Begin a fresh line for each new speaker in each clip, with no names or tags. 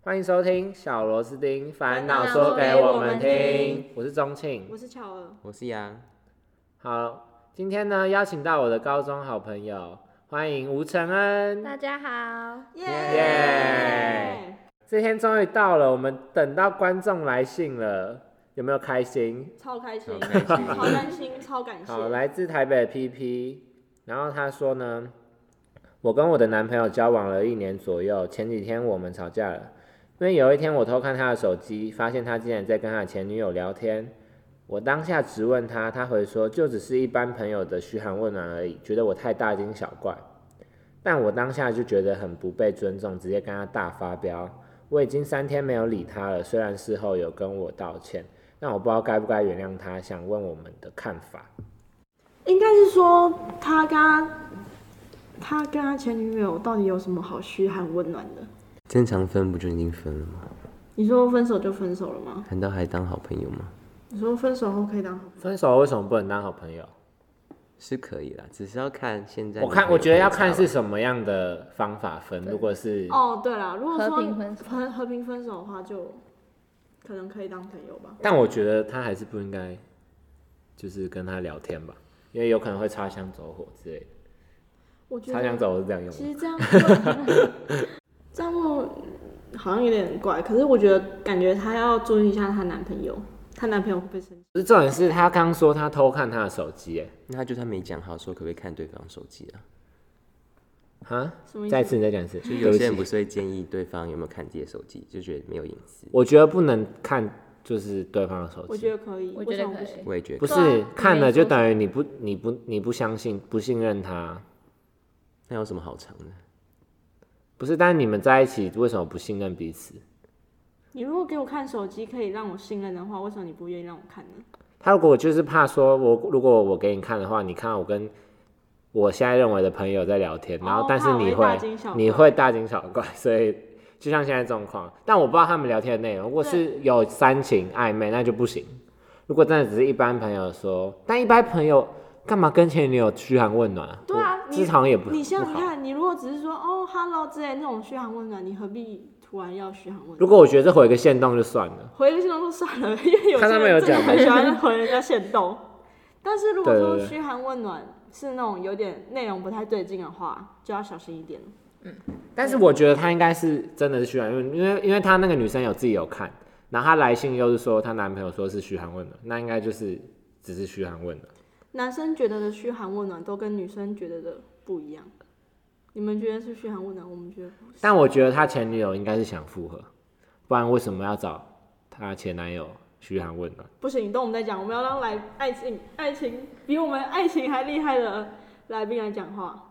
欢迎收听小螺丝钉烦恼说给我们听，我是钟庆。
我是巧儿，
我是杨，
好，今天呢邀请到我的高中好朋友，欢迎吴承恩。
大家好，
耶
耶这天终于到了，我们等到观众来信了，有没有开心？
超开心，
超开心
超担心，超感谢。
好，来自台北的 PP，然后他说呢，我跟我的男朋友交往了一年左右，前几天我们吵架了，因为有一天我偷看他的手机，发现他竟然在跟他的前女友聊天。我当下直问他，他回说就只是一般朋友的嘘寒问暖而已，觉得我太大惊小怪。但我当下就觉得很不被尊重，直接跟他大发飙。我已经三天没有理他了，虽然事后有跟我道歉，但我不知道该不该原谅他，想问我们的看法。
应该是说他跟他他跟他前女友到底有什么好嘘寒问暖的？
正常分不就已经分了吗？
你说分手就分手了吗？
难道还当好朋友吗？
你说分手后可以当好朋友？
分手为什么不能当好朋友？
是可以啦，只是要看现在。
我看，我觉得要看是什么样的方法分。如果是
哦，对了，如果说
和平分手
和和平分手的话，就可能可以当朋友吧。
但我觉得他还是不应该，就是跟他聊天吧，因为有可能会擦枪走火之类的。
我觉
擦枪
得
走火是这样用的。
其实这样问这样问好像有点怪，可是我觉得感觉她要注意一下她男朋友，她男朋友会不会生气？
可是重点是他刚说他偷看他的手机，哎，
那他就算没讲好，说可不可以看对方手机啊？
哈
什么？意思
再一次，你再讲一次。
就
对
有
不
些人
起，
不是会建议对方有没有看自己的手机，就觉得没有隐私。
我觉得不能看，就是对方的手
我觉
机。
得可以，
我
为
觉得
什么
可
不行
以。
我也觉
不
得，
是
对啊
看
你
了
没
就
说
等于你不你不你不相信不信任他，
那有什么好藏的？
不是？但你们在一起为什么不信任彼此？
你如果给我看手机可以让我信任的话，为什么你不愿意让我看呢？
他如果就是怕说我，如果我给你看的话，你看我跟我现在认为的朋友在聊天，
哦
然后但是你
怕我会
会
大惊小怪
你会大惊小怪，所以就像现在状况，但我不知道他们聊天的内容。如果是有煽情暧昧，那就不行。如果真的只是一般朋友说，但一般朋友干嘛跟前女友嘘寒问暖啊？
对啊
我
你
这好像也不
你想
不
想
好
看，你如果只是说哦 hello 之类那种嘘寒问暖，你何必突然要嘘寒问
如
暖？
果我觉得这回一个线动就算了，
回个信动就算了，因为有
看
些
他们有
人真的
讲
很喜欢回人家线动。 但是如果
对对
说
对
嘘寒问暖是那种有点内容不太对劲的话，就要小心一点。
但是我觉得他应该是真的是嘘寒问暖，因为因为他那个女生有自己有看，然后她来信又是说她男朋友说是嘘寒问暖，那应该就是只是嘘寒问暖。
男生觉得的嘘寒问暖都跟女生觉得的不一样。你们觉得是嘘寒问暖，我们觉得不是。
但我觉得他前女友应该是想复合，不然为什么要找他前男友嘘寒问暖？
不行，你等我们再讲，我们要让来爱情爱情比我们爱情还厉害的来宾来讲话。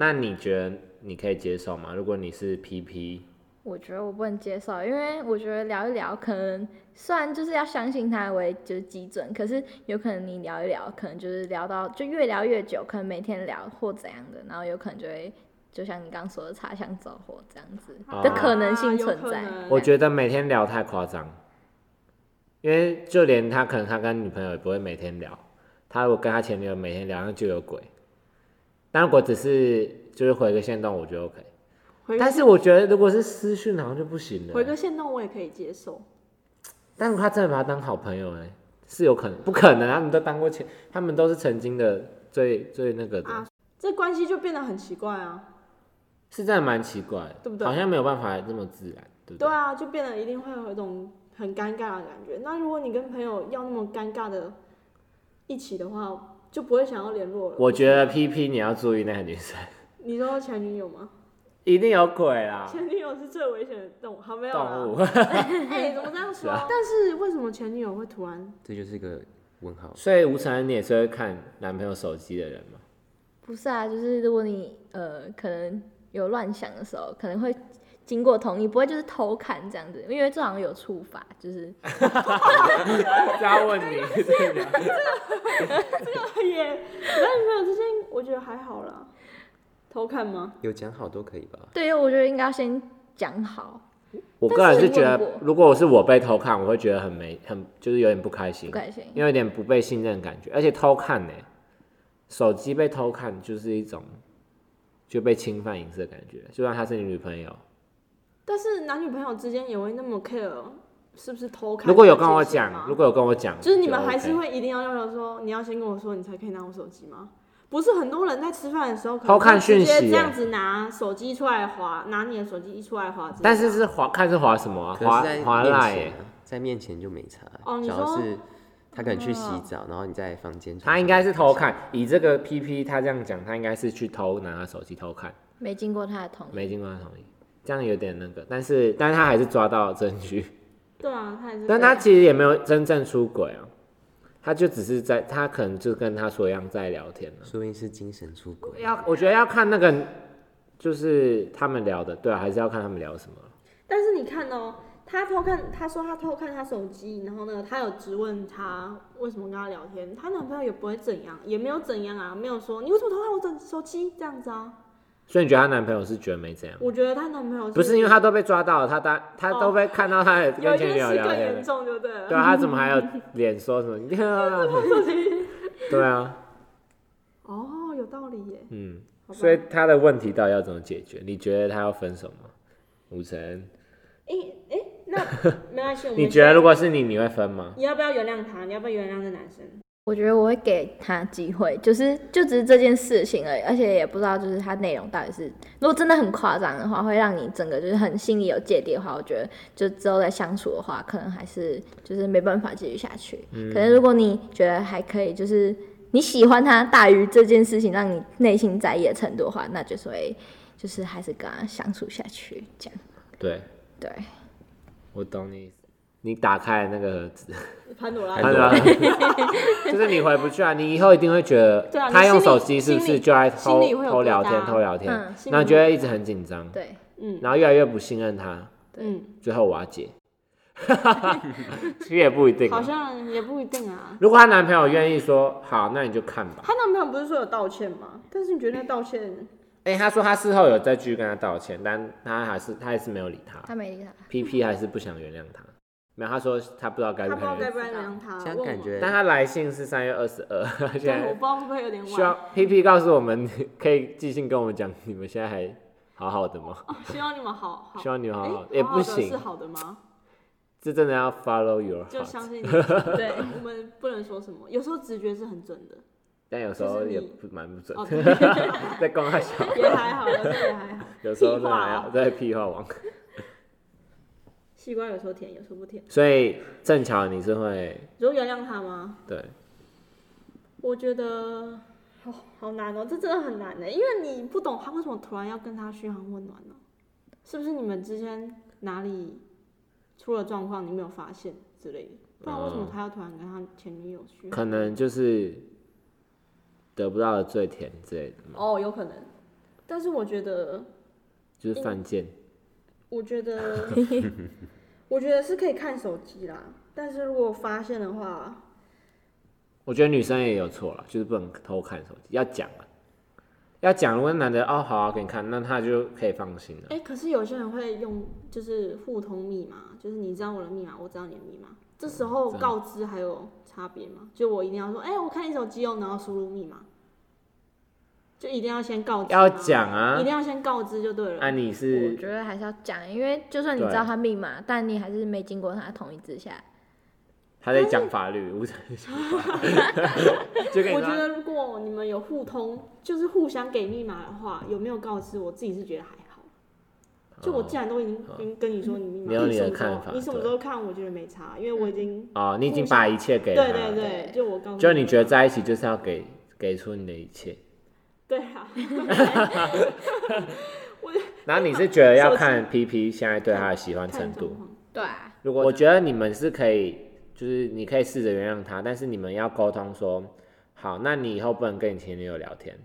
那你觉得你可以接受吗？如果你是 PP，
我觉得我不能接受，因为我觉得聊一聊，可能虽然就是要相信他为就是基准，可是有可能你聊一聊，可能就是聊到就越聊越久，可能每天聊或怎样的，然后有可能就会就像你刚说的擦枪走火这样子
哦
的可能性存
啊
在
有可。能
我觉得每天聊太夸张，因为就连他可能他跟女朋友也不会每天聊，他如果跟他前女友每天聊，那就有鬼。但如果只是就是回个线动，我觉得 OK。
回
但
个
是我觉得如果是私讯，好像就不行
回
了。
个线动我也可以接受，
但是他真的把他当好朋友、哎，是有可能，不可能，他啊们都当过前，他们都是曾经的最最那个的。
啊这关系就变得很奇怪啊。
是真的蛮奇怪的，
对不对
好像没有办法这么自然，对不
对啊，就变得一定会有一种很尴尬的感觉。那如果你跟朋友要那么尴尬的一起的话，就不会想要联络了。
我觉得 P P 你要注意那个女生，
你说前女友吗？
一定有鬼 啦，
前女友是最危险的动物，好没有啊啦
动。物。
哎、怎么这样说？但是为什么前女友会突 然？
这就是个问号。
所以吴承恩，你也是会看男朋友手机的人吗？
不是啊，就是如果你呃可能有乱想的时候，可能会经过同意，不会就是偷看这样子，因为这好像有触法，就是
这要问你，对的
耶，男女朋友之间我觉得还好啦。偷看吗？
有讲好都可以吧？
对，我觉得应该要先讲好，
我个人是觉
但是我
得
问，过
如果我是我被偷看，我会觉得很没很，就是有点不开心
不，开心。
因为有点不被信任的感觉，而且偷看呢、手机被偷看就是一种就被侵犯隐私的感觉，就算她是你女朋友，
但是男女朋友之间也会那么 care 是不是偷看这件事吗？
如果有跟我讲，如果有跟我讲，
就是你们还
OK
是会一定要要求说，你要先跟我说，你才可以拿我手机吗？不是很多人在吃饭的时候，可能
偷看
会直接
讯息耶
这样子拿手机出来滑，拿你的手机一出来滑之类的。
但是是滑看是滑什么啊？
可是
滑
在
滑
面
赖耶
前、啊，在面前就没差。啊
哦你
只要
说
是他可能去洗澡，然后你在房间，
他应该是偷。看，以这个 P P 他这样讲，他应该是去偷拿他手机偷看，
没经过他的同意。
没经过他同意，这样有点那个，但是但是他还是抓到证据，
对啊，他也是。
但他其实也没有真正出轨啊，他就只是在他可能就跟他说一样在聊天了、
说不定是精神出轨，
要我觉得要看那个就是他们聊的，对啊，还是要看他们聊什么。
但是你看哦，他偷看，他说他偷看他手机，然后呢，他有质问他为什么跟他聊天，她男朋友也不会怎样，也没有怎样啊，没有说你为什么偷看我的手机这样子啊。
所以你觉得她男朋友是觉得没怎样？
我觉得她男朋友
不是因为他都被抓到了，他当他都被看到他的
有
跟
一件
前女友
事
聊
更
天
严
了，
重，就对了。
对啊，他怎么还有脸说什么？你啊 对啊。
哦，有道理耶。
嗯，
好吧
所以他的问题到底要怎么解决？你觉得他要分手吗？吴晨，
诶诶，那没关系，我们
你觉得如果是你，你会分吗？
你要不要原谅他？你要不要原谅这男生？
我觉得我会给他机会，就是就只是这件事情而已，而且也不知道就是它内容到底是，如果真的很夸张的话，会让你整个就是很心里有芥蒂的话，我觉得就之后再相处的话，可能还是就是没办法继续下去。可能如果你觉得还可以，就是你喜欢他大于这件事情让你内心在意的程度的话，那就是会就是还是跟他相处下去这样。
对，
对，
我懂你意思。你打开了那个盒子，
潘朵
潘
拉，
朵拉
就是你回不去啊！你以后一定会觉得
对啊你
他用
心
手
里
机是不
心
是
里
就在
心
偷
里会有
偷
疙
聊
瘩
天、偷聊天，
嗯
心
然后
里
就会一直很紧张，
对，
嗯
然后越来越不信任他，
嗯，
最后瓦解。 其实也不一定啊、
好像也不一定啊。
如果她男朋友愿意说好，那你就看吧。
她男朋友不是说有道歉吗？但是你觉得那道歉
哎、他说他事后有再继续跟他道歉，但他还是他还是没有理他。
他没理他。
P P 还是不想原谅他，没有，他说他不知道该
他
不
不知道
该
该
原谅，
不该原谅他？
这样
问
感
我
觉
但他来信是三月二十二，现
对，我
在
不知道会不会有点晚。
需要 P P 告诉我们，可以寄信跟我们讲，你们现在还好好的吗？
哦希望你们好 好。
希望你们好
诶
好，也、不
的是
行，
好的吗？
这真的要 follow your
就相
heart，
信你。对
对，
我们不能说什么，有时候直觉是很准的。
但有时
就
候
是你
也不蛮不准，
哦，对
在光 他小，
也还好，有时候也还好。
有时候真
屁
的
话
还
啊
好，在屁话王。
西瓜有时候甜，有时候不甜。
所以正巧你是会
你说原谅他吗？
对，
我觉得哦，好难哦，这真的很难呢，因为你不懂他为什么突然要跟他嘘寒问暖呢？是不是你们之间哪里出了状况，你没有发现之类的？不然为什么他要突然跟他前女友嘘寒
可能就是得不到的最甜之类的，
哦，有可能。但是我觉得，
就是犯贱。
我觉得，我觉得是可以看手机啦。但是如果发现的话，
我觉得女生也有错了，就是不能偷看手机，要讲啊，要讲。如果男的哦好啊给你看，那他就可以放心了。
哎、可是有些人会用就是互通密码，就是你知道我的密码，我知道你的密码。这时
嗯
候告知还有差别吗？就我一定要说，哎、我看你手机哦，然后输入密码，就一定要先告知吗，
要讲
一
啊，
定要先告知就对了。
啊你
我
是
觉得还是要讲，因为就算你知道他密码，但你还是没经过他的同意之下，
他在讲法律，无产阶级就跟你
我觉
说，
得如果你们有互通，就是互相给密码的话，有没有告知？我自己是觉得还好。就
哦
我既然都已经跟跟你说你密码，
你嗯有
你
你的
什么时候
看法
你什么
对
时候看，我觉得没差，因为我已经
哦，你已经把一切给
对
他了，
对对，就我告诉
就你觉得在一起就是要给给出你的一切，
对啊，
然后你是觉得要看 P P 现在对他的喜欢程
看
度
状，况。
对啊，
如果我觉得你们是可以，就是你可以试着原谅他，但是你们要沟通说，好，那你以后不能跟你前女友聊天。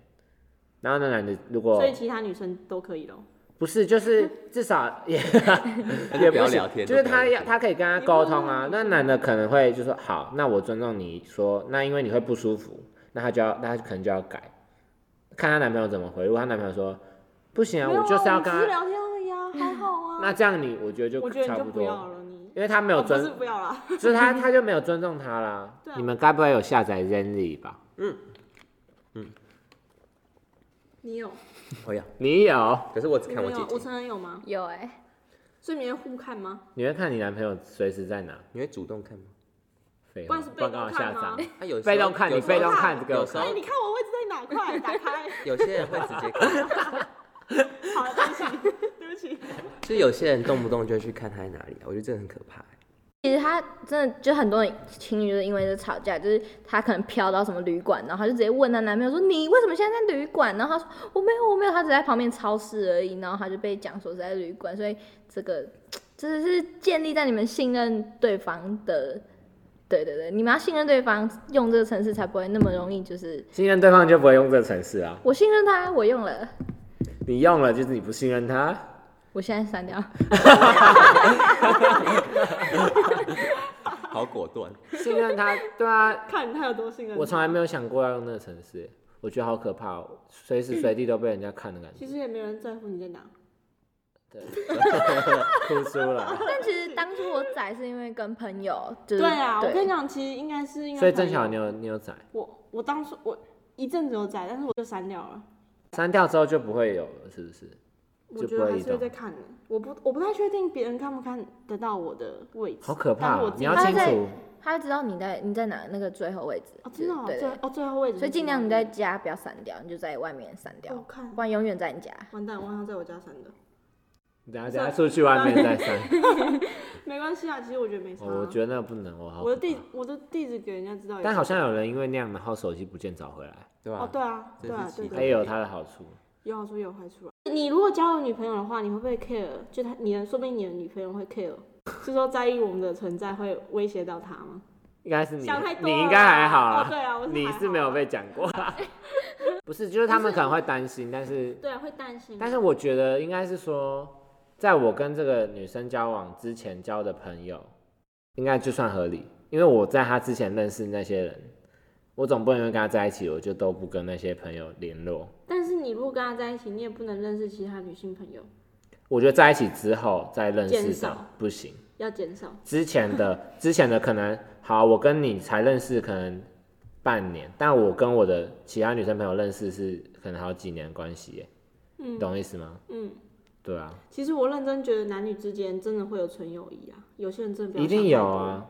然后那男的如果
所以其他女生都可以咯。
不是， 就是至少也
那
也
就不要
行
聊天，
就是
都不
他
聊
要
天
他可以跟他沟通啊。那男的可能会就说好，那我尊重你说，那因为你会不舒服，那他就要那他可能就要改，看她男朋友怎么回。如果她男朋友说不行啊，
没有啊
我就是要
们
跟
只是
他，
聊天而已啊，还好 啊。
那这样你我觉得就
我觉得
差
你就
不
不要
多，
了，你
因为他没有
哦
尊
不是不要啦。
就是他他就没有尊重他啦。
对啊
你们该不会有下载 Zenly 吧？
你有？
哎呀，
你有？
可是我只
你
看我
没
姐
有？吴
姐，
承恩有吗？
有哎、
所以你会互看吗？
你会看你男朋友随时在哪？
你会主动看吗？
废
不
话
然是，被
报
动
告
看
下
吗
场。
啊，有时候
被动看你
有时候
被动看这个
有
我
时
看
哎、
候
你看我位置在哪？快打 开！
有些人会直接看，
好了，对不起， 对不起。
就有些人动不动就会去看他在哪里啊，我觉得这个很可怕欸。
其实他真的就很多情侣就是因为这吵架，就是她可能飘到什么旅馆，然后她就直接问她男朋友说：“你为什么现在在旅馆？”然后她说：“我没有，我没有，她只在旁边超市而已。”然后她就被讲说是在旅馆，所以这个这是建立在你们信任对方的，对对对，你们要信任对方，用这个城市才不会那么容易就是
信任对方就不会用这个程式啊，
我信任他，我用了，
你用了就是你不信任 他。
我现在删掉。
好果断，
信任他，对啊，
看他有多信任你。
我从来没有想过要用那个程式，我觉得好可怕、哦，随时随地都被人家看的感
其
觉。
实也没人在乎你在哪。
对， 哭出 来。
但其实当初我宰是因为跟朋友，就是
对啊，我跟你
对
讲，其实应该是因为
所以正
朋
巧
友
你有你有载，
我我当初我一阵子有在，但是我就删掉了。
删掉之后就不会有了，是不是？
我
就
觉
不
得
会
还
移
是会
动
在看的，我不我不太确定别人看不看得到我的位置，
好可
但
怕、
是我
啊
自！己
你要
但
清
是在
楚，
他会知道你在你在哪那个最后位置
哦，真的、哦，
对
最
对
哦最后位置，
所以尽量你在家不要删掉，你就在外面删掉
我，哦看
不然永远在你家。
完蛋，我好像在我家删的，
你等下等下出去外面再删。
没关系啊，其实我觉得没差啊、
哦我觉得那不能，我好
我的
可
地
怕
我的地址给人家知道 也是，
但好像有人因为那样，然后手机不见找回来，
对
哦
吧？
对啊
这
对啊
是
对
其
对
他
也有它的好处。
有好处也有坏处啊。你如果交了女朋友的话，你会不会 care？就他你的说不定你的女朋友会 care，是说在意我们的存在会威胁到她吗？
应该是你，
想太多
你
了
应该还好
哦
啦，
对啊，我
你
还
是没
好
有被讲过 啦。不是，就是他们可能会担心，但是
对啊会担心啊，
但是我觉得应该是说，在我跟这个女生交往之前交的朋友，应该就算合理，因为我在她之前认识那些人，我总不能因为跟她在一起，我就都不跟那些朋友联络。
但是你如果跟他在一起，你也不能认识其他女性朋友，
我觉得在一起之后再认
减
识
少
的不行，
要减少。
之前的之前的可能好，我跟你才认识可能半年，但我跟我的其他女生朋友认识是可能好几年的关系耶，
嗯
懂我意思吗？
嗯，
对啊，
其实我认真觉得男女之间真的会有纯友谊啊，有些人真的不要
一定
想太
有
多。
啊，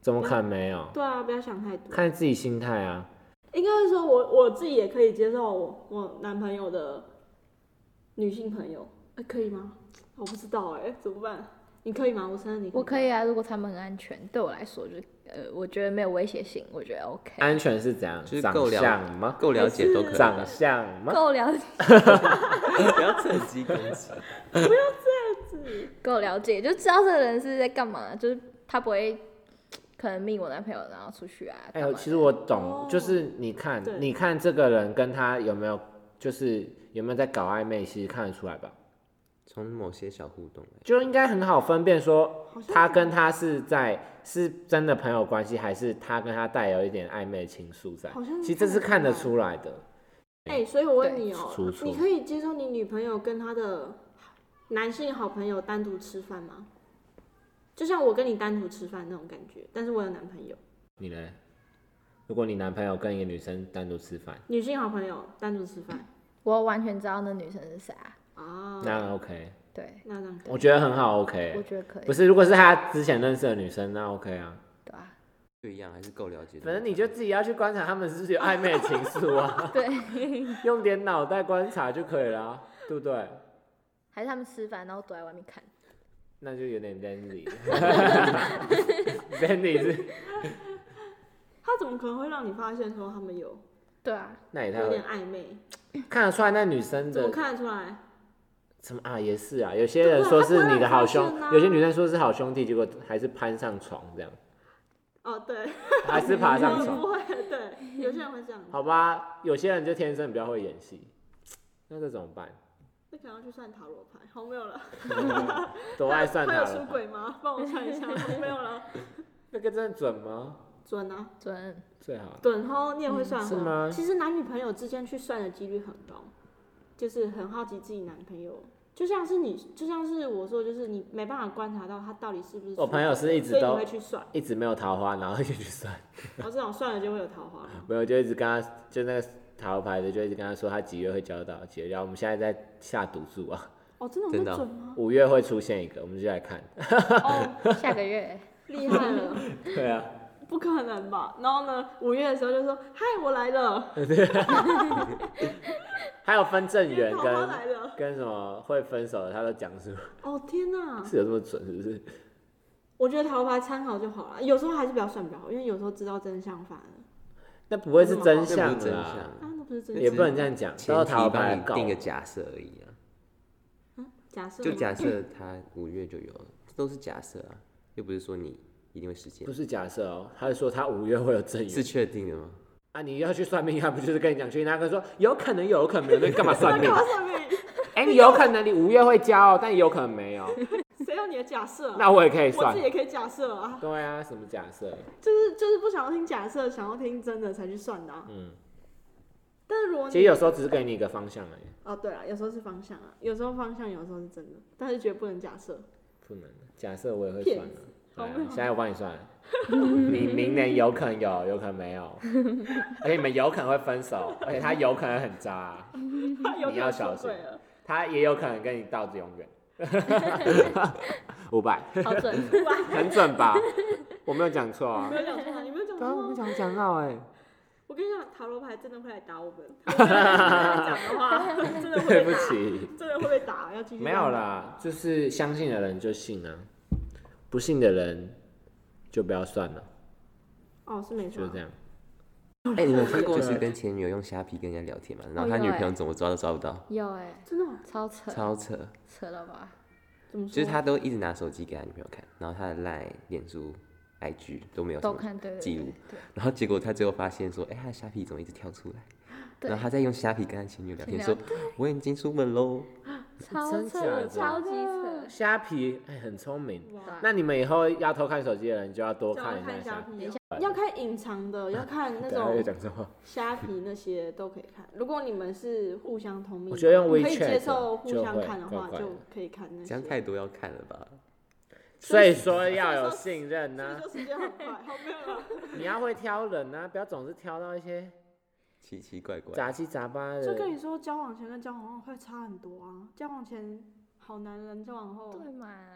怎么可能没有？
对啊，不要想太多。
看自己心态啊。
应该是说我我自己也可以接受我我男朋友的女性朋友，哎、可以吗？我不知道哎、怎么办？你可以吗？我承认你
我可
以。
以啊，如果他们很安全，对我来说就呃，我觉得没有威胁性，我觉得 OK，
哎
安全是怎样？
就是
长
够了
相吗？
够了解都可以
长
了，
相吗？
够了解，
不要趁机攻击。
够了解，就知道这个人是在干嘛，就是他不会可能命我男朋友，然后出去啊。
哎、
干嘛的
其实我懂，
哦
就是你看
对，
你看这个人跟他有没有，就是有没有在搞暧昧，其实看得出来吧，
从某些小互动来，
就应该很好分辨说
好像
他跟他是在是真的朋友关系，还是他跟他带有一点暧昧情愫在
好像。是
其实这是
看
看
得
得
出
出来的。
哎、所以我问你哦、
出错
你可以接受你女朋友跟她的男性好朋友单独吃饭吗？就像我跟你单独吃饭那种感觉，但是我有男朋友，
你呢？如果你男朋友跟一个女生单独吃饭，
女性好朋友单独吃饭
我完全知道那女生是谁啊，
嗯
啊，
那 OK，
对，
那这样
我觉得很好 OK。
我觉得可以
不，是，如果是他之前认识的女生，那 OK 啊。
对啊，
就一样，还是够了解的。
反正你就自己要去观察他们是不是有暧昧的情愫 啊，
对，
用点脑袋观察就可以了啊、对不对？
还是他们吃饭然后躲在外面看，
那就有点 Benny。Benny 是，
他怎么可能会让你发现说他们有
对啊，
那也太
有点暧昧？
看得出来那女生
怎么
的
看得出来？
什么啊？也是啊，有些人说是你的好兄
对啊，
有些女生说是好兄弟，结果还是攀上床这 样，
哦，对，
还是爬上
不
床，
会，对，有些人会这样，
好吧？有些人就天生比较会演戏，那这怎么 办？
那可能要去算塔罗牌。好，没有了。
多爱算
他
塔
有出
罗牌，
轨吗？帮我算一下。好没有了。
那个真的准吗？
准啊，
准，
最好
准吼，你也会算吼
嗯是吗
其实男女朋友之间去算的几率很高，就是很好奇自己男朋友，就像是你，就像是我说，就是你没办法观察到他到底是不是
我朋友是一
所
直
以你
都
会去算，
一直没有桃花，然后一直去算。
然后这种算了就会有桃花吗。
没有，就一直跟他，就那个塔罗牌的，就一直跟他说他几月会交到，几月交。我们现在在下赌注啊，
哦，真的会
真的
准吗？
五月会出现一个，我们就来看。
哦，
下个月
厉害了，
对啊，
不可能吧？然后呢，五月的时候就说：“嗨，我来了，
还有分正
你的
缘
桃花
跟
来了。
跟什么会分手的，他都讲出，”
哦天哪！
是有这么准是不是？
我觉得桃花参考就好了，有时候还是不要算比较好，因为有时候知道真相反而
那不会是真
这不
相
是真
啦，
相，
啊，那不是真
也
相。
不能这样讲，
前
都是
提
桃
帮
牌
你
告。
定个假设而已啊，
嗯假设
就假设他五月就有了，这都是假设啊，又不是说你一定会实现
不，是假设哦，他是说他五月会有正
是
缘
确定的吗？
啊！你要去算命，他不就是跟你讲去？那个说有可能有，有可能没有，那干嘛 算命
干？嘛算命？
哎、你有可能你五月会交哦，但也有可能没 有，
谁要你的假设、啊？
那我也可以
我
算
自己。也可以假设啊，
对啊，什么假设？
就是就是不想要听假设，想要听真的才去算的、啊。
嗯，
但是如果
其实
你
有时候只是给你一个方向而已，
哦，对了，有时候是方向啊，有时候方向，有时候是真的，但是绝不能假 设。
不能假设我也会
骗
算
子
的。
好
对啊
没有
现在我帮你算，你明年有可能有，有可能没有，而且你们有可能会分手，而且他有可能很渣、
有可能
要小
出轨
心
了，
他也有可能跟你到永远。五百，
好准，
很准吧？我没有讲错
你
啊
没。有讲错啊，你没 有讲
刚刚我
错
们
啊。
讲讲到哎、
我跟你讲，塔罗牌真的会来打 我们。如果你讲的话，真的
对
会
不
被打，
起，
真的会被打，要继续。
没有。啦，就是相信的人就信啊，不信的人就不要算了，
哦，是没错
就
啊
是。这样。
哎，你有看过
就是
是跟前女友用虾皮跟人家聊天嘛？然
哦
后他
有
女
欸
朋友怎么抓都抓 不到，
有哎、
真的哦
超扯，
超扯。
扯了吧？
怎么说？
就是他都一直拿手机给他女朋友看，然后他的 line、脸书、IG 都没有什
都
么
看对对
记录
对，
然后结果他最后发现说，哎、他的虾皮怎么一直跳出来？
对
然后他在用虾皮跟他前女友聊天，说我已经出门喽。
超
真假
扯，
的
超级扯。
虾皮哎、很聪明。
哇
那你们以后要偷看手机的人就要多
叫
看
我看
一下虾。
虾皮哦，要看隐藏的，要看那
等一下又
种
讲错话，
虾皮那些都可以看。如果你们是互相同命的话，
我觉得用
你可以
WeChat
接受互
就
相
会
看的
怪
话，
怪
就
的
可以看那
这
些
样。太多要看了吧？
所以说要有信任呐、
所以说时间很快，好没有了，
你要会挑人呐、不要总是挑到一些
奇奇怪怪，
杂七杂八
就跟
的。
你说，交往前跟交往后会差很多啊。交往前好男人，交往后
对啊嘛，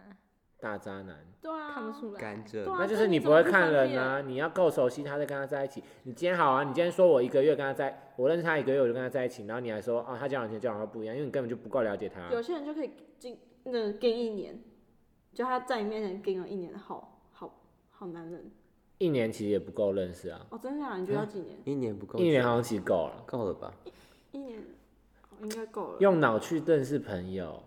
大渣男，
对啊，
看不出来。
甘蔗
对啊
那就是你不会看人啊，你要够熟悉他再跟他在一起。你今天好啊，你今天说我一个月跟他在，我认识他一个月我就跟他在一起，然后你还说哦他交往前交往后不一样，因为你根本就不够了解他。
有些人就可以进那跟一年，就他在你面前跟了一年，好好好男人
一年其实也不够认识啊，
哦，真的假的？你觉得要几年？
一年不够，
一年好像其实够了。
够了吧？
一年哦应该够了。
用脑去认识朋友，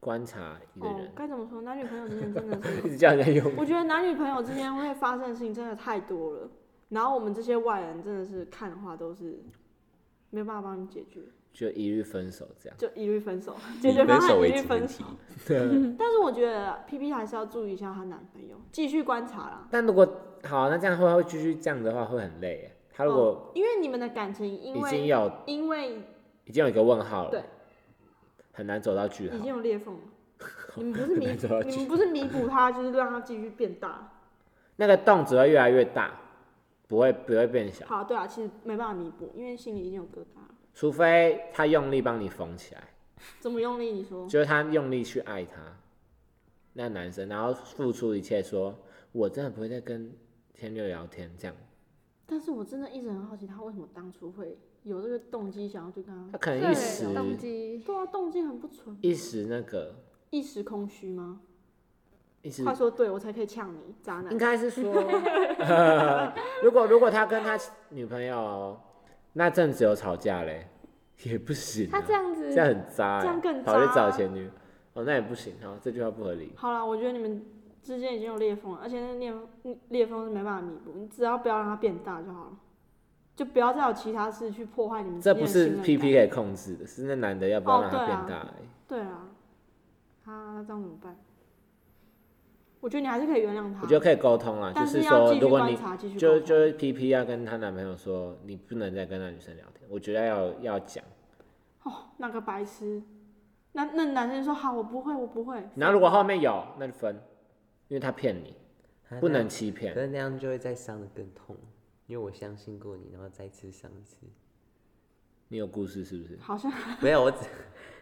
观察一个
哦
人，，
该怎么说？男女朋友之间真的
一
是，
直叫人家用
我觉得男女朋友之间会发生的事情真的太多了。然后我们这些外人真的是看的话都是没有办法帮你解决，
就一律分手这样。
就一律分手，解
以
决方
分手
案一
为
律
基
分
本
手
题。，
但是我觉得 P P 还是要注意一下她男朋友，继续观察啦。
但如果好，那这样会会继续这样的话会很累耶。他如果
哦因为你们的感情因
已经
为
有
因为
已经有一个问号了，
对，
很难走到句
已
号
经。有裂 缝了。你们不是
很
弥
难走到
你们不是弥补它，就是让它继续变大。
那个洞只会越来越大，不会不会变小，
好，对啊，其实没办法弥补，因为心里已经有疙瘩了。
除非他用力帮你缝起来，
怎么用力？你说
就是他用力去爱他，那男生，然后付出一切说，我真的不会再跟天六聊天这样。
但是我真的一直很好奇，他为什么当初会有这个动机想要去跟
他
他？
可能一时
对，动机
对啊，动机很不纯，
一时那个
一时空虚吗？
一时
快说对我才可以呛你，渣男
应。该 是说，呃如果如果他跟他女朋友那阵子有吵架嘞，也不行、啊。
他这样子
这样很渣、欸，
这样更
跑去
渣
找
啊
前女友，哦，那也不行，好，这句话不合理。
好啦，我觉得你们之间已经有裂缝了，而且那裂裂缝是没办法弥补，你只要不要让它变大就好了，就不要再有其他事去破坏你们之
这
间
不
的
是
信任
P P
感
可以控制的，是那男的要不要
哦
让他
对
变
啊
大、而已。
对啊，啊，那这样怎么办？我觉得你还是可以原谅他，
我觉得可以沟通啊，就
但是要
说
继续
如果
观
你
察，继续
就
沟通
就是 P P 要跟她男朋友说，你不能再跟那女生聊天，我觉得要要讲。
哦，那个白痴，那那男生说好，我不会，我不会，
然后如果后面有，那就分，因为他骗你，
他
不
那
能
样，
欺骗
可。是那样就会再伤的更痛，因为我相信过你，然后再次伤一次。
你有故事是不是？
好像
没有，我只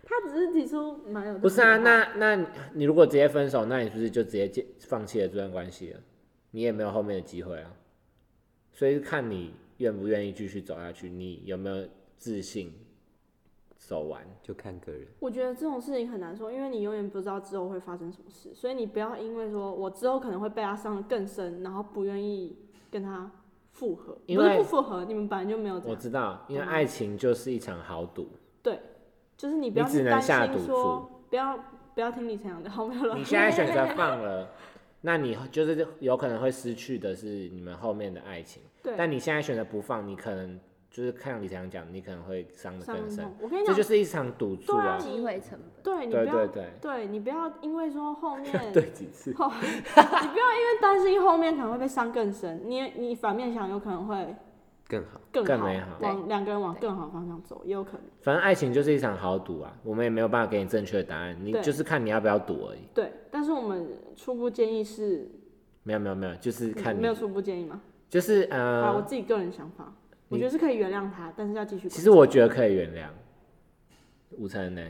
他只是提出蛮有道理的话。
不是啊，那那你如果直接分手，那你是不是就直接接放弃了这段关系了？你也没有后面的机会啊。所以看你愿不愿意继续走下去，你有没有自信走完？
就看个人。
我觉得这种事情很难说，因为你永远不知道之后会发生什么事，所以你不要因为说我之后可能会被他伤得更深，然后不愿意跟他复合，
因
不是
为
不复合，你们本来就没有这
我
样，
知道，因为爱情就是一场豪 赌，
对，就是你不要
你只
去
能
担
下
心
赌
说，不要不要听李晨阳的，好没有了
你，现在选择放了，那你就是有可能会失去的是你们后面的爱情。
对，
但你现在选择不放，你可能就是看李强讲，你可能会伤得
伤
更深
痛。。我跟你
这
讲
就，是一场赌注
对啊
啊！
机会成本。
对你不
对对
要，
对，
对你不要因为说后面
对几次？
后， 你不要因为担心后面可能会被伤更深，你也你反面想有可能会
更 好，
更好，
更美好
往两个人往
对
更好方向走，也有可能。
反正爱情就是一场豪赌啊，我们也没有办法给你正确的答案，你
对
就是看你要不要赌而已。
对，但是我们初步建议是，
没有没有没有，就是看
没有
你，
初步建议吗？
就是
啊，我
呃，
自己个人想法，我
你
觉得是可以原谅他，但是要继续。
其实我觉得可以原谅。吴承恩呢？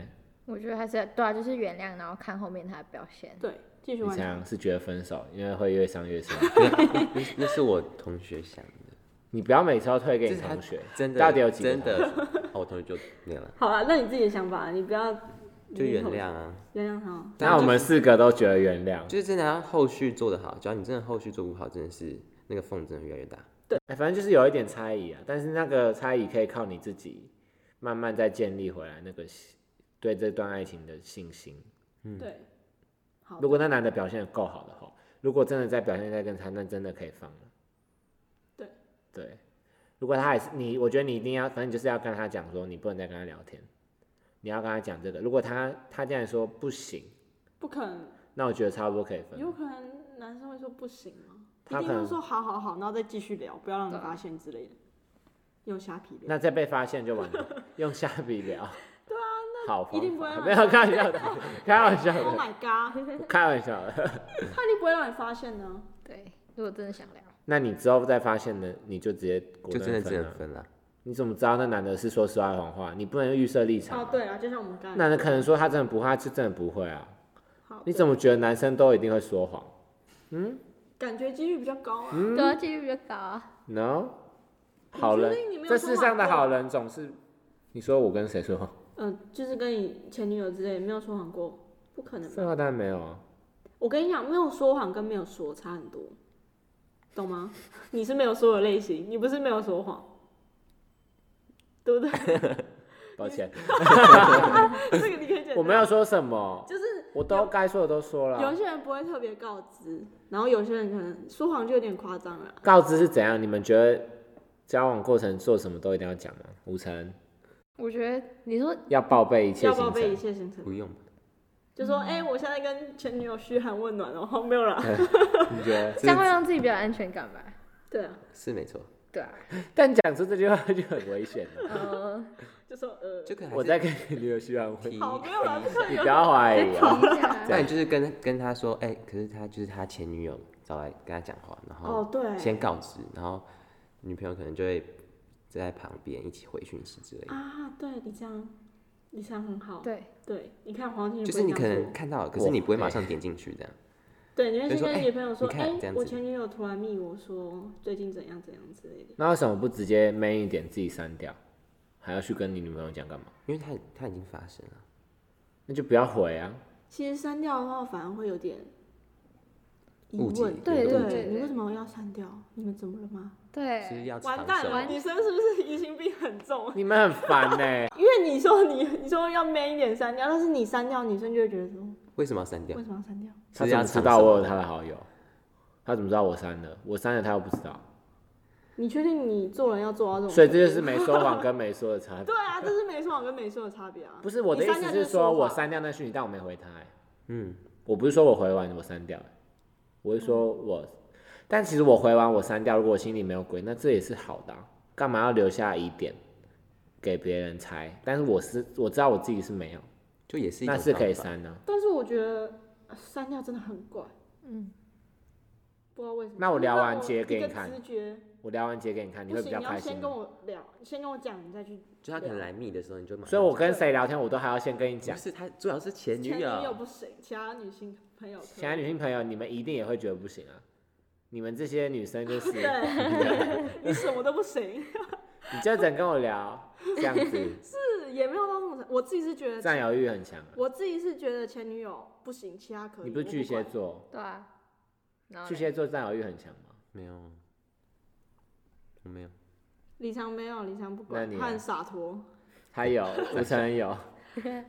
我觉得还是要对啊，就是原谅，然后看后面他的表现。
对继续
你
完成，
想是觉得分手，因为会越伤越 深。
那那是我同学想的，
你不要每次都推给
这
你
是他
同学，
真的，
到底有几个
真的，好我同学就那样了，
好了，那你自己的想法，你不要
就原谅啊。
原谅他哦。
但
那我
就
们四个都觉得原谅。
就是真的要后续做得好，只要你真的后续做不好，真的是那个缝真的越来越大。
哎，反正就是有一点猜疑啊，但是那个猜疑可以靠你自己慢慢再建立回来那个信对这段爱情的信心。
对，好
嗯如，果那男的表现得够好的话，如果真的在表现再更差，那真的可以放了。
对
对，如果他还是你，我觉得你一定要，反正就是要跟他讲说，你不能再跟他聊天，你要跟他讲这个。如果他他竟然说不行，
不可能，
那我觉得差不多可以分了。
有可能男生会说不行吗？
他
一定
可
会
能
说好好好，然后再继续聊，不要让你
对啊
发现之类的，又瞎皮聊。
那再被发现就 完了，用下笔聊。对啊，那好方法，
一定不会让
没有开玩笑 的，开玩笑
Oh
的，
my god，
开玩笑的。
他一定不会让你发现的啊。
对，如果真的想聊，
那你之后再发现呢，你就直接果
就真的
断分啊
只能
了。
分啊了，
你怎么知道那男的是说实话还是谎话？你不能预设立场、
哦，。对啊，就像我们刚才
男的可能说他真的不会，他就真的不会啊。
好，
你怎么觉得男生都一定会说谎
感觉几率比较高啊？
对啊，几率比较高啊。
？No，
你
嗯好
确
人
定你没，有
这
说
世
谎
上的
过
好人总是……你说我跟谁说谎？
嗯，就是跟你前女友之类没有说谎过，不可能吧
这话当然没有啊。
我跟你讲，没有说谎跟没有说差很多，懂吗？你是没有说的类型，你不是没有说谎，对 不对？
抱 歉，
这个你可以简单。
我没有说什么，
就是
我都该说的都说了
有
啊。
些人不会特别告知，然后有些人可能说谎就有点夸张了。
告知是怎样？你们觉得交往过程做什么都一定要讲吗？吴晨
我觉得你说
要报备一切
要
行
报备一
程，
切行程，
不用吧？
就说：“哎、我现在跟前女友嘘寒问暖哦，没有啦。
嗯
你觉得？
这样会让自己比较有安全感吧？”
对啊，
是没错，
对啊，
但讲出这句话就很危险了。
嗯，
就说呃，
就可 能还
我
是
在跟你女友嘘 寒问暖，
提
好，没有啦，不可
你
以
不
啊。
要怀
再
疑
提
啊。
一 下。
那你就是跟跟他说，哎、可是他就是他前女友找来跟他讲话，然
哦
后，
对，
先告知，然后女朋友可能就会在旁边一起回讯息之类的。
啊，对，李湘，李湘很好。
对，
对，你看黄金
就是你可能
做
看到了，可是你不会
哇
马上点进去这样。
对，你会
就
先
是说
跟
哎
女朋友说，
你
哎、
看这样
我
子
前女友突然密我说最近怎样怎样之类的。
那为什么不直接 man 一点自己删掉，还要去跟你女朋友讲干嘛？
因为它它已经发生了，
那就不要回啊。
其实删掉的话，反而会有点疑
误解
问。
对
有
对
点
对
误解
你为什么要删掉？你们怎么了吗？
是
对，
要
完
长
蛋
寿
了，女生是不是 疑心病很重？啊
你们很烦呢、
因为你说你你说要 man 一点删掉，但是你删掉，女生就会觉得说
为什么要删
啊
掉
为？什么要删掉？
他
是
怎
要
么知
长
道
寿
我有他的好友？他怎么知道我删了？我删了他又不知道，
你确定你做人要做到这种？
所以这就是没说谎跟没说的差别。
对啊，这是没说谎跟没说的差别啊。
不是我的
你
意
删掉
思
就是
说我
谎
删掉那讯息，但我没回他、欸。
嗯，
我不是说我回完我删掉、欸，我是说我，但其实我回完我删掉，如果我心里没有鬼，那这也是好的、啊，干嘛要留下疑点给别人猜？但是我是我知道我自己是没有，
就也是一种
那是可以
方法
删的、啊。
但是我觉得呃删掉真的很怪，
嗯，
不知道为什么。
那我聊完截
就是
给你
让我一个
看
直觉，
我聊完截给你看，你
不
会
行，
比较
你要
开心
先。跟我聊，先跟我讲，你再去。
就他可能来密的时候，你就马上
所以我跟谁聊天，我都还要先跟你
不
讲。
是他，主要是前女
前女友
友，
不行，其他女性朋友可以。
其他女性朋友，你们一定也会觉得不行啊！你们这些女生就是，你
对， 你什么都不行，
就只能跟我聊，这样 子
是也没有到那么惨。我自己是觉得，
占有欲很强啊。
我自己是觉得前女友不行，其他可以。
你不是巨蟹
我管？
座，
对啊，然后
巨
嘞
蟹座占有欲很强吗？
没有，我没有，
李强没有，李强不
那
管，
你呢
他很洒脱。
还 有吴承恩有，哎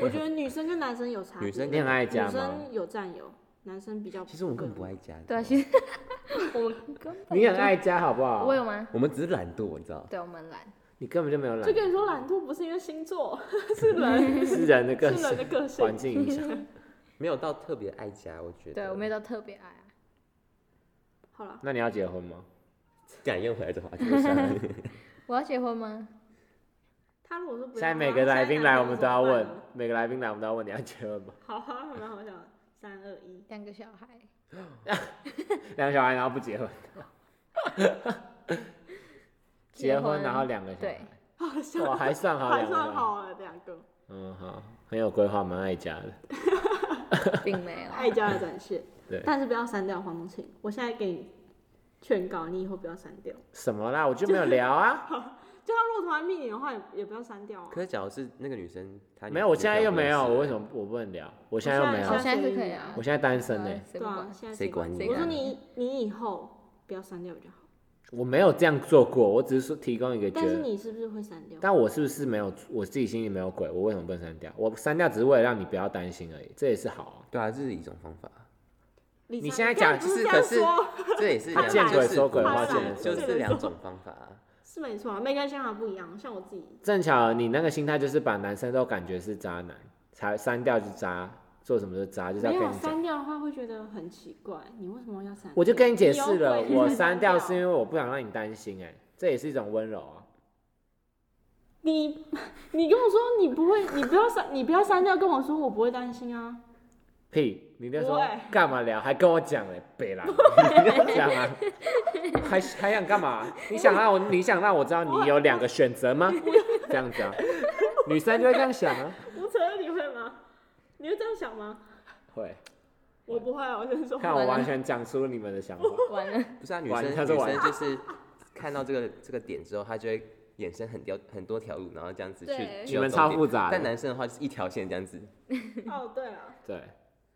我觉得女生跟男生有差别，
女生
你很爱家
女
吗？
生有占有，男生比较。
其实我们根本不爱家，
对啊，
你知
其
道吗
实我们根本
你很
就
爱家好不好
我？有吗？
我们只是懒惰，你知道，
对，我们懒，
你根本就没有
就
懒，
跟你说，懒惰不是因为星座，是 人，
是人的
是
个
人
性、
的个性。
环境影响。
没有到特别爱家，我觉得。
对我没有到特别爱啊。
好了，
那你要结婚吗？
敢用回来的话，就是想
我要结婚吗？
他如果说不要，啊
现在每个来宾来，我们都要
现在男
问
朋友怎么办呢。，
每个来宾来，我们都要问你要结婚吗？
好啊，蛮好笑的。三二一，
两个小孩，
两个小孩然后不结婚，结婚然后两个小
对
孩，
好笑，
我还算好，
还
两个小
算
孩。
好了，两个
嗯，好，很有规划，蛮爱家的。
并没有。
爱家的展现。
对
但是不要删掉黄宗庆，我现在给你劝告，你以后不要删掉。
什么啦？我就没有聊啊，
就他如果突然密你的话，也也不要删掉啊。
可是假如是那个女生，她
没有，我现在又没有，我为
么？
什么我不能聊？我现在又没有
我
好，
现在是可以啊，
我现在单身欸呢、
谁
对
不
啊
管，
现在
谁管你啊
我说你，你以后不要删掉比较好。
我没有这样做过，我只是说提供一个觉
但是
得。
你是不是会删掉？
但我是不是没有我自己心里没有鬼？我为什么不能删掉？我删掉只是为了让你不要担心而已，这也是好啊。
对啊，这是一种方法，
你
你现在讲
不是
就是
这样
可是
说，
这也是
他
两
见鬼
就是
说鬼
话
就
见人
是
说鬼
就是两种方法啊。
是没错啊，每个人想法不一样。像我自己，
正巧你那个心态就是把男生都感觉是渣男，才删掉就渣，做什么都渣，就是要
没
跟
有
你讲。
删掉的话会觉得很奇怪，你为什么要删掉？
我就跟你解释了，
你有鬼
我
你才
删掉
掉
是因为我不想让你担心、哎，这也是一种温柔啊。
你，你跟我说你不会，你不要删，你不要删掉，跟我说我不会担心啊。
屁，你就说
不会
干嘛聊，还跟我讲嘞，北兰，这样啊？还还想干嘛？你想让我，你想让我知道你有两个选择吗？这样子啊，女生就会这样想啊，
吴承恩，你会吗？你会这样想吗？
会。
我不会啊，我先说。
看我完全讲出你们的想法，
完了，
不是啊，女
玩
生
他
女
是玩
生就是看到这个这个点之后，她就会衍生很条很多条路，然后这样子去
对
去
你们
走
超
点
复杂的
但男生的话就是一条线这样子，
哦，对啊，
对，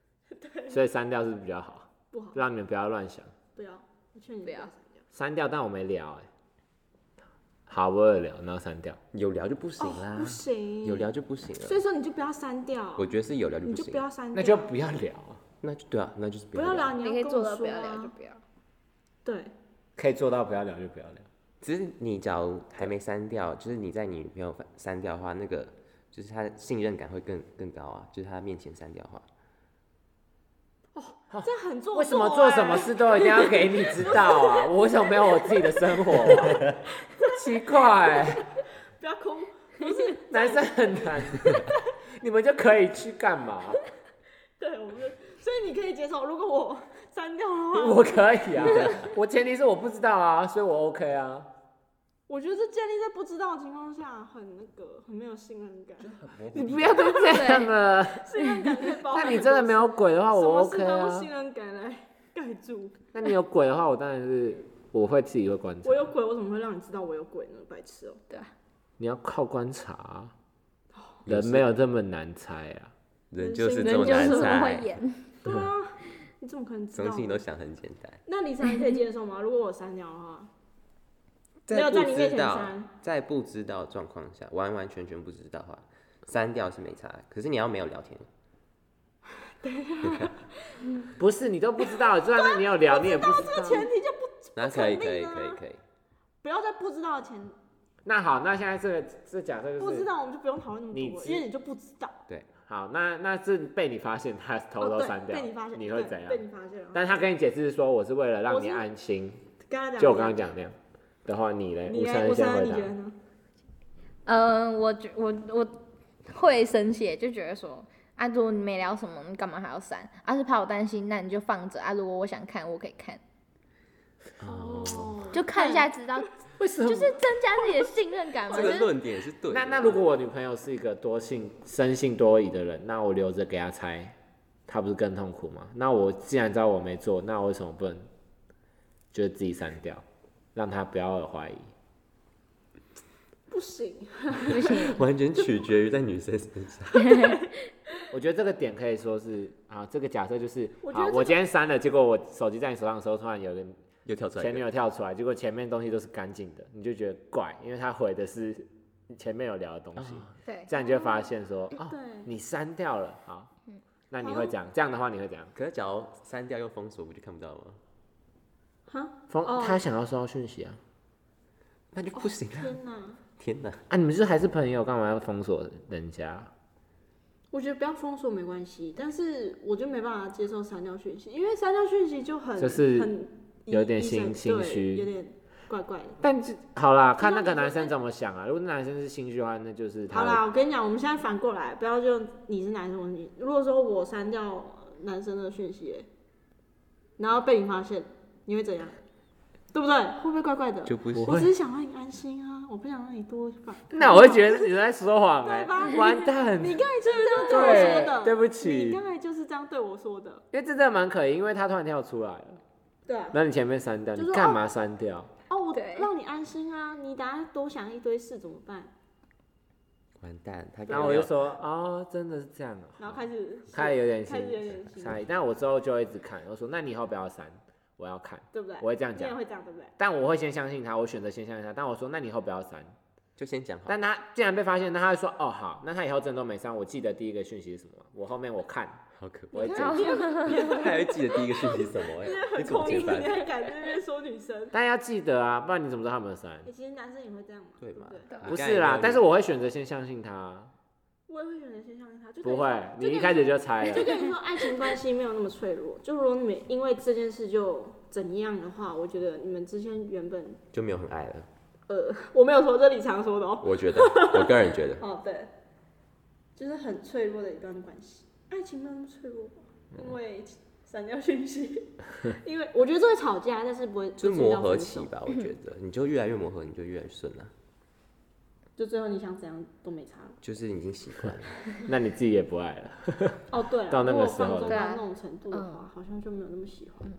所以删掉是比较好，
不好，
让你们不要乱想。
不要，我劝你
不要
删掉。
删掉，但我没聊哎、好，我有聊，然后删掉。
有聊就不行
啊
啦，
哦不行，
有聊就不行
所以
了。
说你哦就不要删掉，
我觉得是有聊就
你
不
就
行
不，要删掉，
那就不要聊啊，
那就对啊，那就是
不要聊，
聊。
你
你
要
可以
跟
做
我
到不
说
要
啊
聊就不要。
对，
可以做到不要聊就不要聊。
只是你假如还没删掉，就是你在你女朋友删掉的话，那个就是她的信任感会更更高啊，就是她面前删掉的话，
这样很做作
为什么做什么
欸
事都一定要给你知道啊？我为什么没有我自己的生活、啊？奇怪、
不要哭，
男生很难， 你们就可以去干嘛？
对，我们就，所以你可以接受，如果我删掉的话，
我可以啊，我前提是我不知道啊，所以我 OK 啊。
我觉得这建立在不知道的情况下，很那个，很没有信任感，
你不要都这样了，
信任感可以包含
那你真的没有鬼的话，
很
我
多事
OK
什么事都用
啊
信。任感来盖住。
那你有鬼的话，我当然是我会自己会观察
我。有鬼，我怎么会让你知道我有鬼呢？白痴哦、
对啊，
你要靠观察啊、人没有这么难猜啊。
人就是
人
这
人
么
就
难
是不会
猜，
演，
对啊， 你怎么可能知
什
道
么事情
呢？
都想很简单。
那李晨，你可以接受 吗？如果我删掉的话，没
在
有
不
在你面
知
前
道，
删，
在不知道的状况下，完完全全不知道的话，删掉是没差的。可是你要没有聊天，
不是你都不知道，就算你有聊，你也不知
这个
道。
前提就啊不
那可以
不
可
成立
以
啊
可以可以，
不要在不知道的前
那好，那现在这个这假设就是
不知道，我们就不用讨论那么
你
多了，
知
因为你就不知道。
好，那那是被你发现他偷偷
哦对
删掉，
被你发
会
现，对
怎样
被？你发现了。
但他跟你解释说，我是为了让
我
你
是
安心，
跟他讲，
就我刚刚，讲那样的话，你嘞，
你
吴承
来，
恩
我
先
猜
回
你觉得
答。
呢？
嗯，我觉我我会生气，就觉得说。啊，如果你没聊什么，你干嘛还要删？啊，是怕我担心，那你就放着啊。如果我想看，我可以看。
哦，
就看一下知 道，
为什么？
就是增加自己的信任感嘛。
这
就
个
是
论点是 对的。
那那如果我女朋友是一个多性生性多疑的人，那我留着给她猜，她不是更痛苦吗？那我既然知道我没做，那我为什么不能就是自己删掉，让她不要有怀疑？
不行，
不行，
完全取决于在女生身上，
我觉得这个点可以说是啊，这个假设就是
我觉得
啊，
这个
我今天删了，结果我手机在你手上的时候，突然有个
又跳出来一
前女
个。
友跳出来，结果前面东西都是干净的，你就觉得怪，因为她回的是前面有聊的东西，
对，
这样你就会发现说啊，
哦对嗯
你删掉了，好，那你
好啊
会讲这样的话，你会讲。
可是，假如删掉又封锁，不就看不到吗？
哈，
封、
哦
他想要收到讯息啊
那就不行了。
天哪！
天哪！
啊！你们就是还是朋友，干嘛要封锁人家？
我觉得不要封锁没关系，但是我就没办法接受删掉讯息，因为删掉讯息就很
就是
很
有点
一一闪
心心
对
虚
有点怪怪的。
但是好啦，看那
那
个
你觉
男
得
生怎么想啊。如果那男生是心虚的话，那就是他
好
的。
啦，我跟你讲，我们现在反过来，不要就你是男生，我是女。如果说我删掉男生的讯息，然后被你发现，你会怎样？对不对？会不会怪怪的？
就不
不
我
会
只是想让你安心啊，我不想让你多烦。
那我会觉得你在说谎哎、
对吧
完蛋！
你刚才就是这样对我说
对，
的，
对不
你
起，
刚才就是这样对我说的，
因为这真的蛮可疑，因为他突然跳出来了，
对啊。
那你前面删掉，
就
你
说
干嘛删掉？
哦，我
对
让你安心啊，你等下多想一堆事怎么办？
完蛋，他
然后我就说哦，真的是这样啊。
然后开始
开始有点
开始有点
心
心
猜，但我之后就会一直看，我说那你以后不要删，我要看，
对不对？
我会这样
你也
讲。
会这样对不对？
但我会先相信他，我选择先相信他。但我说，那你以后不要删。
就先讲好，
但他既然被发现，那他就说，哦好，那他以后真的都没删。我记得第一个讯息是什么？我后面我看，
好可
我会
怕。
记
然。
哦
后
他还会记得第一个讯息是什么、 哎，你怎么
你
记得
还敢在那边说女生？
但要记得啊，不然你怎么知道他有没有删？
欸其实男生也会这样嘛，
对
不
嘛
对？
对
不是啦，但是我会选择先相信他，
我也会选择先相信他，就
不会，你
跟
一
你
开始就猜
就
了。
跟你说，爱情关系没有那么脆弱。就如果你们因为这件事就怎样的话，我觉得你们之间原本
就没有很爱了。
呃，我没有说这李常说的哦，
我觉得，我个人觉得，
哦对，就是很脆弱的一段关系。爱情没有那么脆弱吧，
嗯
因为删掉讯息， 因为我觉得这会吵架，但是不会
就是
不至于
磨
到
合
分
期
手。
吧。我觉得，你就越来越磨合，你就越来越顺了、啊
就最后你想怎样都没差了。
就是已经习惯了。
那你自己也不爱了，
哦，对啦
到那
如果
个时候
放纵
了
到那种程度的
对
话，好像就没有那么喜欢，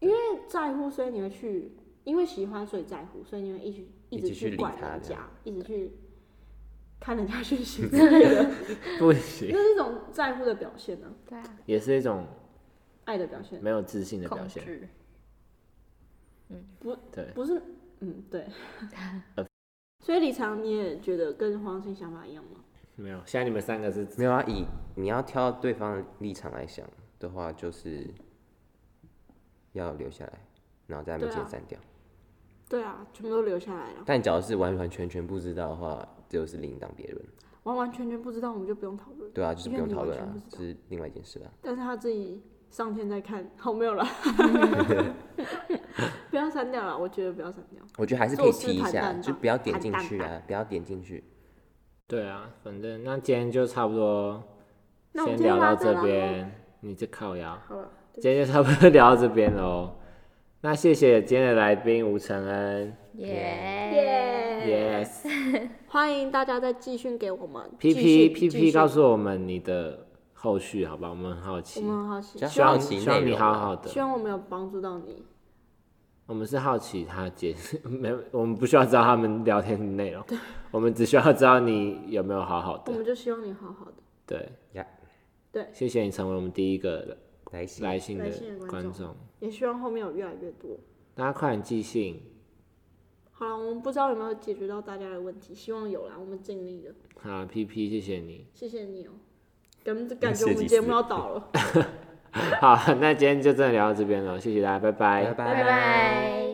因为在乎，所以你会去，因为喜欢所以在乎，所以你会一直
一
直
直去
去
理
管
他
人
这
家
样，
一直去看人家讯 息之类的，
不行，
那是一种在乎的表现呢、
对啊，
也是一种
爱的表现，
没有自信的表
恐
现。
惧，
对，
不是，嗯， 对。所以李常，你也觉得跟黄欣想法一样吗？
没有。现在你们三个是
没有啊，以你要挑对方的立场来想的话，就是要留下来，然后在面
对
前
啊
删掉。
对啊，全部都留下来了，
但假如是完完全全不知道的话，就是另当别论，
完完全全不知道，我们就不用讨论。
对啊，就是不用讨论
因为你
啊
完全，不知
这
道
是另外一件事啊。
但是他自己上天在看， 好没有了，不要删掉了，我觉得不要删掉。
我觉得还是可以
做事
提一
坦
下，
荡
就
吧
不要点
坦
进
荡
去啊，不要点进去。
对啊，反正那今天就差不多，
那我们
先
今天
聊到
就
这
到这
边，你这靠腰。
好了，
今天就差不多聊到这边喽。那谢谢今天的来宾吴承恩
耶，
，Yes，
欢迎大家再继续给我们
，P
继
P P
续继
P
续
告诉我们你的后续，好吧？我们很好奇
我，们很好奇，
只要
希望
好奇
希望
内
你
容
好
啊
好
希
的。
望我们有帮助到你。
我们是好奇他解释，没有，我们不需要知道他们聊天的内容，我们只需要知道你有没有好好
我
的。
们就希望你好好的。
对，
呀，
谢谢你成为我们第一个
来信，
来信的
来信的观
观
众
众，
也希望后面有越来越多。
大家快点寄信。
好了，我们不知道有没有解决到大家的问题，希望有啦，我们尽力了，
好，P P，谢谢你。
谢谢你哦、感感觉
谢
我
谢
们
你
节目要倒了。
好，那今天就真的聊到这边了，谢谢大家，拜拜
拜。
拜拜。